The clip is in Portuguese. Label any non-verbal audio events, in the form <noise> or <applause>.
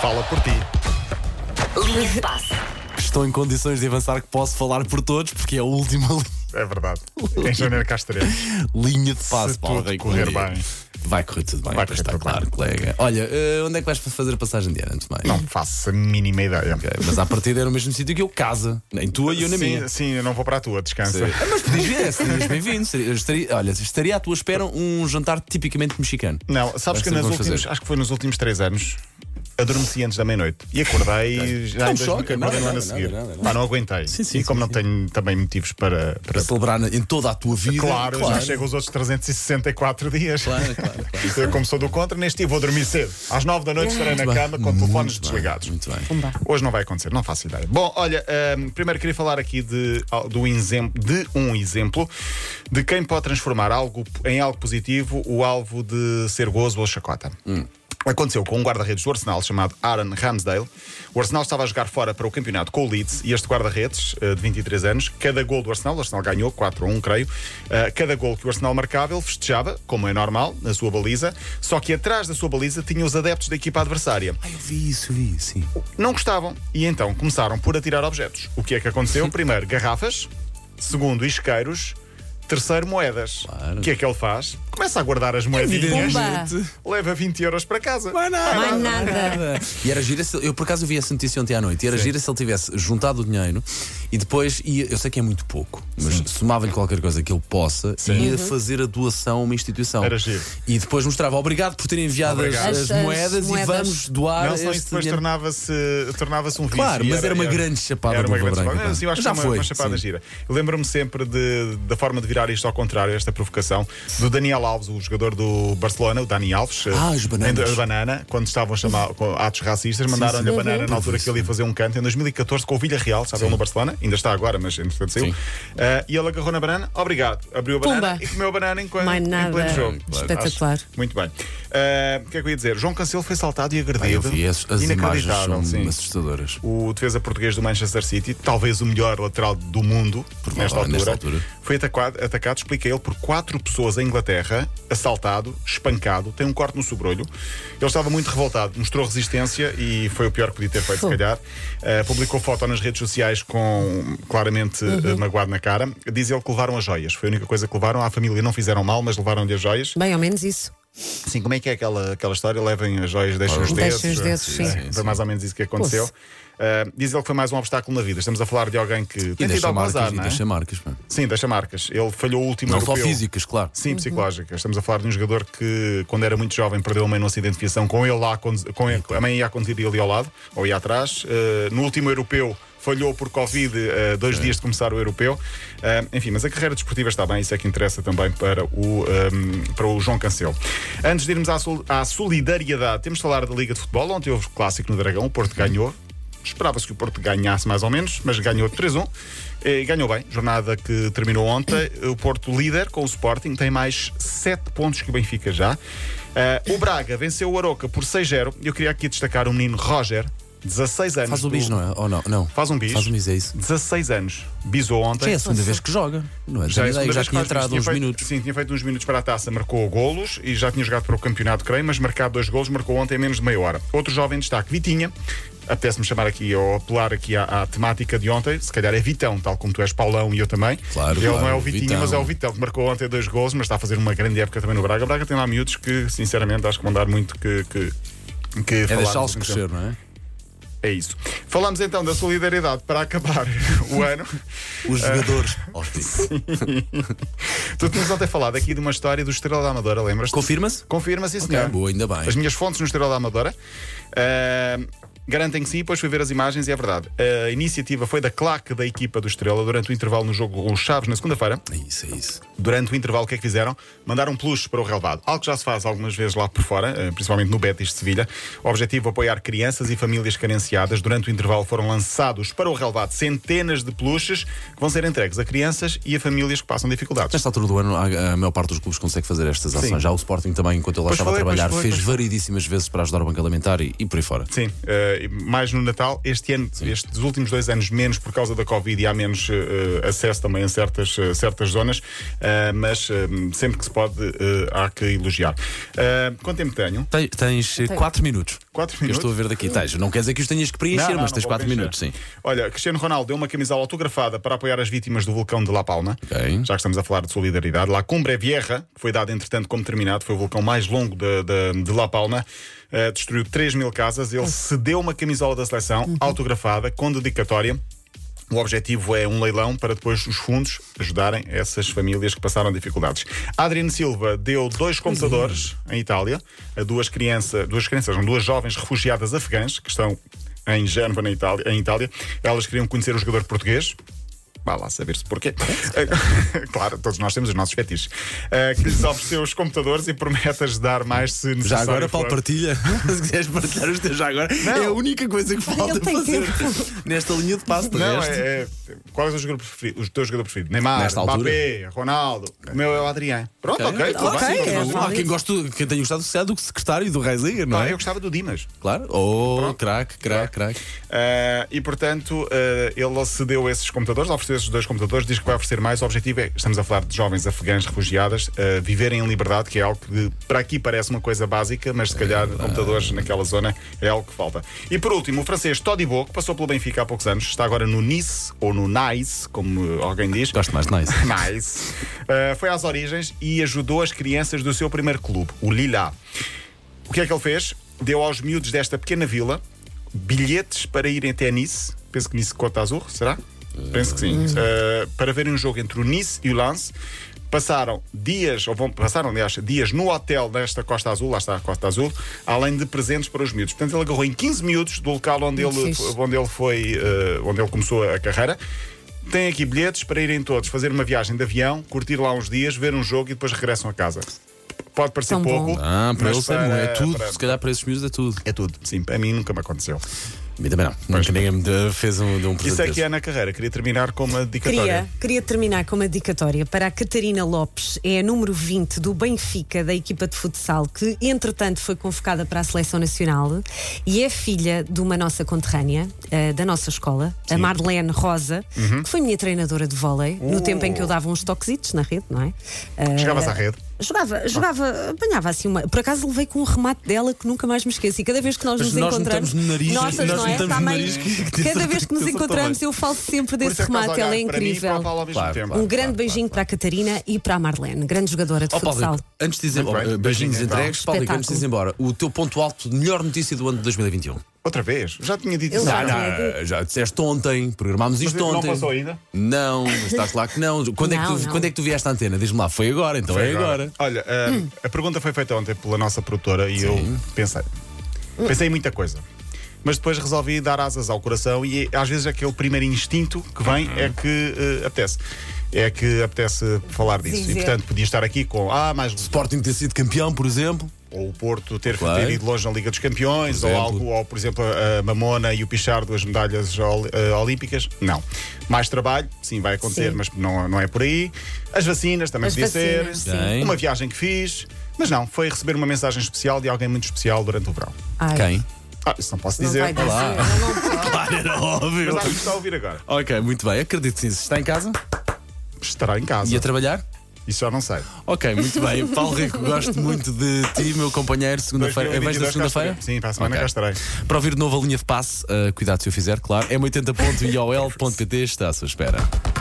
Fala por ti. Linha de passe. Estou em condições de avançar que posso falar por todos, porque é a última <laughs> li- É verdade. Em janeiro cá <laughs> estaremos. linha de passo, Se Paulo tudo Rico, correr bom dia. bem. Vai correr tudo bem, Vai correr pois está tudo claro, bem. colega. Olha, eh, onde é que vais fazer a passagem de ano, antes de mais? Não faço a mínima ideia. Ok, Mas à partida era o mesmo sítio que eu, casa. Em tua e eu na sim, minha. sim, eu não vou para a tua, descansa. Ah, Mas podias vir, serias bem-vindo. seria- eu Estaria, olha, estaria à tua espera um jantar tipicamente mexicano. Não, sabes Vai que ser o que nos vamos últimos, fazer. acho que foi nos últimos três anos, adormeci antes da meia-noite e acordei já Não em me dois- choca, acordei nada, no ano a nada, seguir. nada, nada. Pá, não aguentei. Sim, sim, e como sim, não tenho também motivos para. para- Para celebrar na- em toda a tua vida. Claro, já chego aos outros 364 dias. Claro, claro, claro. Eu, como sou do contra, neste dia vou dormir cedo. Às 9 da noite estarei na bem, cama com muito telefones bem, desligados. Muito bem. Pumba. Hoje não vai acontecer, não faço ideia. Bom, olha, hum, primeiro queria falar aqui de, ah, do exemplo, de um exemplo de quem pode transformar algo em algo positivo o alvo de ser gozo ou chacota. Aconteceu com um guarda-redes do Arsenal chamado Aaron Ramsdale. O Arsenal estava a jogar fora para o campeonato com o Leeds e este guarda-redes, eh, de 23 anos, cada gol do Arsenal, o Arsenal ganhou 4 a 1, creio, eh, cada gol que o Arsenal marcava, ele festejava, como é normal, na sua baliza, só que atrás da sua baliza tinha os adeptos da equipa adversária Ah, eu vi isso, eu vi isso, sim. não gostavam e então começaram por atirar objetos. O que é que aconteceu? Primeiro, garrafas. Segundo, isqueiros. Terceiro, moedas. Claro. O que é que ele faz? Começa a guardar as moedinhas. Evidentemente. Leva 20 euros para casa. Mais nada. E era gira se, eu por acaso vi essa notícia ontem à noite, e era gira se ele tivesse juntado o dinheiro e depois ia, eu sei que é muito pouco, mas somava-lhe qualquer coisa que ele possa e Uhum. ia fazer a doação a uma instituição. Era giro. E depois mostrava obrigado por terem enviado as, Obrigado. as As- as moedas, moedas. e vamos doar. Não, senão isso este depois dinheiro. tornava-se tornava um vício. Claro, E mas era uma grande chapada Era de uma luva grande branca, chapada. pá. Sim, eu acho Já que é uma, foi, uma chapada sim. gira. Eu Lembro-me sempre de- da forma de virar isto ao contrário, esta provocação, do Daniel Alves, o jogador do Barcelona, o Dani Alves. Ah, eh, os bananas. em- a banana, quando estavam a chamar com atos racistas, mandaram-lhe a sim. banana Uhum. na altura que ele ia fazer um canto, em 2014, com o Vilha Real, sabe, ele no Barcelona, ainda está agora, mas entretanto saiu. Sim. Eh, e ele agarrou na banana, obrigado, abriu a banana Pumba. e comeu a banana enquanto, Mais em nada. pleno jogo. Claro. Espetacular. Acho- muito bem. Eh, O que é que eu ia dizer? João Cancelo foi saltado e agredido. Ah, eu vi as, as imagens Inacreditável, são sim. assustadoras. O defesa português do Manchester City, talvez o melhor lateral do mundo nesta Provavelmente, altura, nesta altura. foi atacado, atacado, expliquei ele, por quatro pessoas em Inglaterra, assaltado, espancado, tem um corte no sobrolho. Ele estava muito revoltado, mostrou resistência e foi o pior que podia ter feito, se Fogo. calhar. Eh, publicou foto nas redes sociais com claramente eh, magoado na cara. Diz ele que levaram as joias. Foi a única coisa que levaram à família. Não fizeram mal, mas levaram-lhe as joias. Bem, ao menos isso. Sim, como é que é aquela, aquela história? Levem as joias, deixem os dedos. Deixem os dedos, sim. É, Sim, Foi mais ou menos isso que aconteceu. Poxa. Ah, diz ele que foi mais um obstáculo na vida. Estamos a falar de alguém que E tem tido deixa algum marcas, azar, e não é? deixa marcas, pá. Sim, deixa marcas. Ele falhou o último não só europeu. físicas, claro. Sim, psicológicas. Estamos a falar de um jogador que, quando era muito jovem, perdeu a mãe num acidente de fiação com ele lá, a conduz- com ele- a mãe ia a conduzir e ele ao lado, ou ia atrás. Eh, no último europeu, falhou por Covid eh, dois dias de começar o europeu. Eh, enfim, mas a carreira desportiva está bem, isso é que interessa também para o, ehm, para o João Cancelo. Antes de irmos à, sol- à solidariedade, temos de falar da Liga de Futebol. Ontem houve clássico no Dragão, o Porto ganhou. Esperava-se que o Porto ganhasse mais ou menos, mas ganhou 3-1. Eh, Ganhou bem, jornada que terminou ontem. O Porto líder com o Sporting tem mais 7 pontos que o Benfica já. Ah, o Braga venceu o Aroca por 6-0. Eu queria aqui destacar o menino Roger, 16 anos. Faz o do- bis, não é? Ou não? não. Faz um bis. Faz um bis, é isso. 16 anos. Bisou Já é ontem. a segunda vez que joga, não é? é a Já, segunda já vez que tinha faz entrado isto. Tinha uns feito- minutos. Sim, tinha feito uns minutos para a taça, marcou golos e já tinha jogado para o campeonato, creio, mas marcado dois golos, marcou ontem em menos de meia hora. Outro jovem em destaque, Vitinha. Apetece-me chamar aqui ou apelar aqui à, à temática de ontem, se calhar é Vitão, tal como tu és Paulão e eu também. Claro, Ele não é claro, o Vitinha, Vitão. mas é o Vitão, que marcou ontem dois golos, mas está a fazer uma grande época também no Braga. O Braga tem lá miúdos que, sinceramente, acho que vão dar muito que. que que É falar deixá-los no tempo. crescer, não <laughs> é? É isso. Falamos então da solidariedade para acabar <laughs> o ano. Os jogadores. É. Ótimo. Tu tinhas ontem falado aqui de uma história do Estrela da Amadora, lembras-te? Confirma-se? Confirma, sim, Ok, senhor. é boa, ainda bem. As minhas fontes no Estrela da Amadora ah, garantem que sim, pois fui ver as imagens e é verdade. A iniciativa foi da claque da equipa do Estrela durante o intervalo no jogo com os Chaves na segunda-feira. É isso, é isso. Durante o intervalo, o que é que fizeram? Mandaram peluches para o relevado. Algo que já se faz algumas vezes lá por fora, eh, principalmente no Betis de Sevilha. O objetivo apoiar crianças e famílias carenciadas. Durante o intervalo foram lançados para o relevado centenas de peluches que vão ser entregues a crianças e a famílias que passam dificuldades. Nesta altura do ano, a, a maior parte dos clubes consegue fazer estas ações. Já o Sporting também, enquanto ele lá Pois estava foi, a trabalhar, pois foi, fez pois foi. variedíssimas vezes para ajudar o Banco Alimentar e, e por aí fora. Sim, eh, mais no Natal. Este ano, estes últimos dois anos, menos por causa da Covid e há menos eh, acesso também a certas, eh, certas zonas, eh, mas eh, sempre que se pode, eh, há que elogiar. Eh, quanto tempo tenho? Tem- Tens 4 minutos. 4 Eu minutos. estou a ver daqui. Tais, não quer dizer que os tenhas que preencher, Não, não, mas não tens vou 4 preencher. minutos, sim. Olha, Cristiano Ronaldo deu uma camisola autografada para apoiar as vítimas do vulcão de La Palma. Ok. Já que estamos a falar de solidariedade. La Cumbre Vieja, que foi dado entretanto como terminado, foi o vulcão mais longo de, de- de La Palma. eh, destruiu 3 mil casas. Ele cedeu uma camisola da seleção autografada com dedicatória. O objetivo é um leilão para depois os fundos ajudarem essas famílias que passaram dificuldades. Adriano Silva deu é. dois computadores em Itália a duas crianças, duas crianças, não, duas jovens refugiadas afegãs que estão em Génova, na Itália, em Itália. Elas queriam conhecer o jogador português. Vá lá saber-se porquê. <laughs> claro, todos nós temos os nossos fetiches. Ah, que lhes ofereceu os computadores e promete ajudar mais se Já necessário. agora, Paulo, for. partilha. <laughs> Se quiseres partilhar os teus já agora, é a única coisa que falta Ele tem fazer <laughs> nesta linha de passo. De Não, resto. é, é- qual é o teu jogador preferido? O teu jogador preferido? Neymar, Nesta altura? Mbappé, Ronaldo. O meu é o Adrián. Pronto, ok. Ok, tudo ok, bem. é Tudo bem. Há quem, gosto, quem tenha gostado se calhar, do secretário do Reisinger, não Pá, é? Eu gostava do Dimas. Claro. Oh, craque, craque, craque. Ah, e portanto, ah, ele cedeu esses computadores, ofereceu esses dois computadores, diz que vai oferecer mais. O objetivo é, estamos a falar de jovens afegãs refugiadas, ah, viverem em liberdade, que é algo que para aqui parece uma coisa básica, mas se calhar computadores naquela zona é algo que falta. E por último, o francês Todibo, que passou pelo Benfica há poucos anos, está agora no Nice, ou no Nice, como alguém diz. Gosto mais <laughs> de nice. Nice. Uh, foi às origens e ajudou as crianças do seu primeiro clube, o Lilá. O que é que ele fez? Deu aos miúdos desta pequena vila bilhetes para irem até Nice. Penso que Nice Cota Azul, será? Penso que Hum. sim. Uh, para verem um jogo entre o Nice e o Lance. Passaram dias, ou vão, passaram, aliás, dias no hotel desta Costa Azul, lá está a Costa Azul, além de presentes para os miúdos. Portanto, ele agarrou em 15 miúdos do local onde Muito ele, fixe. onde ele foi, eh, onde ele começou a carreira. Tem aqui bilhetes para irem todos fazer uma viagem de avião, curtir lá uns dias, ver um jogo e depois regressam a casa. Pode parecer Tão bom. pouco. Ah, para mas eles é, é tudo. para- Se calhar para esses miúdos é tudo. É tudo. Sim, a mim nunca me aconteceu. A mim também não. Nunca ninguém me deu- fez um, de um presente. Isso é que desse. é na carreira. Queria terminar com uma Queria, dedicatória. queria terminar com uma dedicatória para a Catarina Lopes, é a número 20 do Benfica, da equipa de futsal, que entretanto foi convocada para a seleção nacional e é filha de uma nossa conterrânea, eh, da nossa escola, a Marlene Rosa, que foi minha treinadora de vôlei no Uhum. Uh. tempo em que eu dava uns toquezitos na rede, não é? Eh, Chegavas à rede. Jogava, jogava, apanhava assim uma. Por acaso levei com um remate dela que nunca mais me esqueço. E cada vez que nós Mas nos nós encontramos. notamos no nariz- notas, nós não é? notamos Está no meio- nariz que- que cada diz- vez que diz nos o encontramos, tamanho. eu falo sempre Por isso desse é que estás a remate. Ela olhar é para mim e para incrível. a Paula ao mesmo Claro, tempo. claro. Um grande beijinho para a Catarina e para a Marlene, grande jogadora de Ó, Oh, Paulo futsal. Rico, antes de dizer Muito oh, bem. beijinhos Beijinho, entregues, Paulo Rico, antes de dizer embora, o teu ponto alto, melhor notícia do ano de 2021. Outra vez? Já tinha dito Eu isso. já Ah, tinha não. Ah, já um. disseste ontem, programámos isto não ontem. passou ainda? Não, mas está claro que não. Quando, é que Não, tu, não. quando é que tu vieste à antena? Diz-me lá, foi agora, então é agora. Olha, ah, Hum. a pergunta foi feita ontem pela nossa produtora e eu pensei. Hum. Pensei em muita coisa. Mas depois resolvi dar asas ao coração e eh, às vezes aquele primeiro instinto que vem Uhum. é que ah, apetece. É que apetece falar disso. E Dizer. portanto podia estar aqui com ah, mais Sporting ter sido campeão, por exemplo. ou o Porto ter, Claro. ter ido longe na Liga dos Campeões, Por ou exemplo. algo, ou por exemplo a Mamona e o Pichardo as medalhas ol- eh, olímpicas. Não. Mais trabalho, sim, vai acontecer, Sim. mas não, não é por aí. As vacinas também As podia vacinas, ser. sim. Uma viagem que fiz. Mas não, foi receber uma mensagem especial de alguém muito especial durante o verão. Ai, Quem? Ah, isso não posso Não dizer. vai dizer, Olá. não <laughs> pode. Claro, era óbvio. mas acho que está a ouvir agora. Ok, muito bem, acredito sim. Está em casa Estará em casa. e a trabalhar? Isso já não sei. Ok, muito bem. Paulo Rico, gosto muito de ti, meu companheiro. Segunda-feira. É vais 2022 da cá segunda-feira? estarei. Sim, para a semana Ok. cá estarei. Para eh, É um ouvir de novo a linha de passe, ah, cuidado se eu fizer, claro. M80.iol.pt está à sua espera.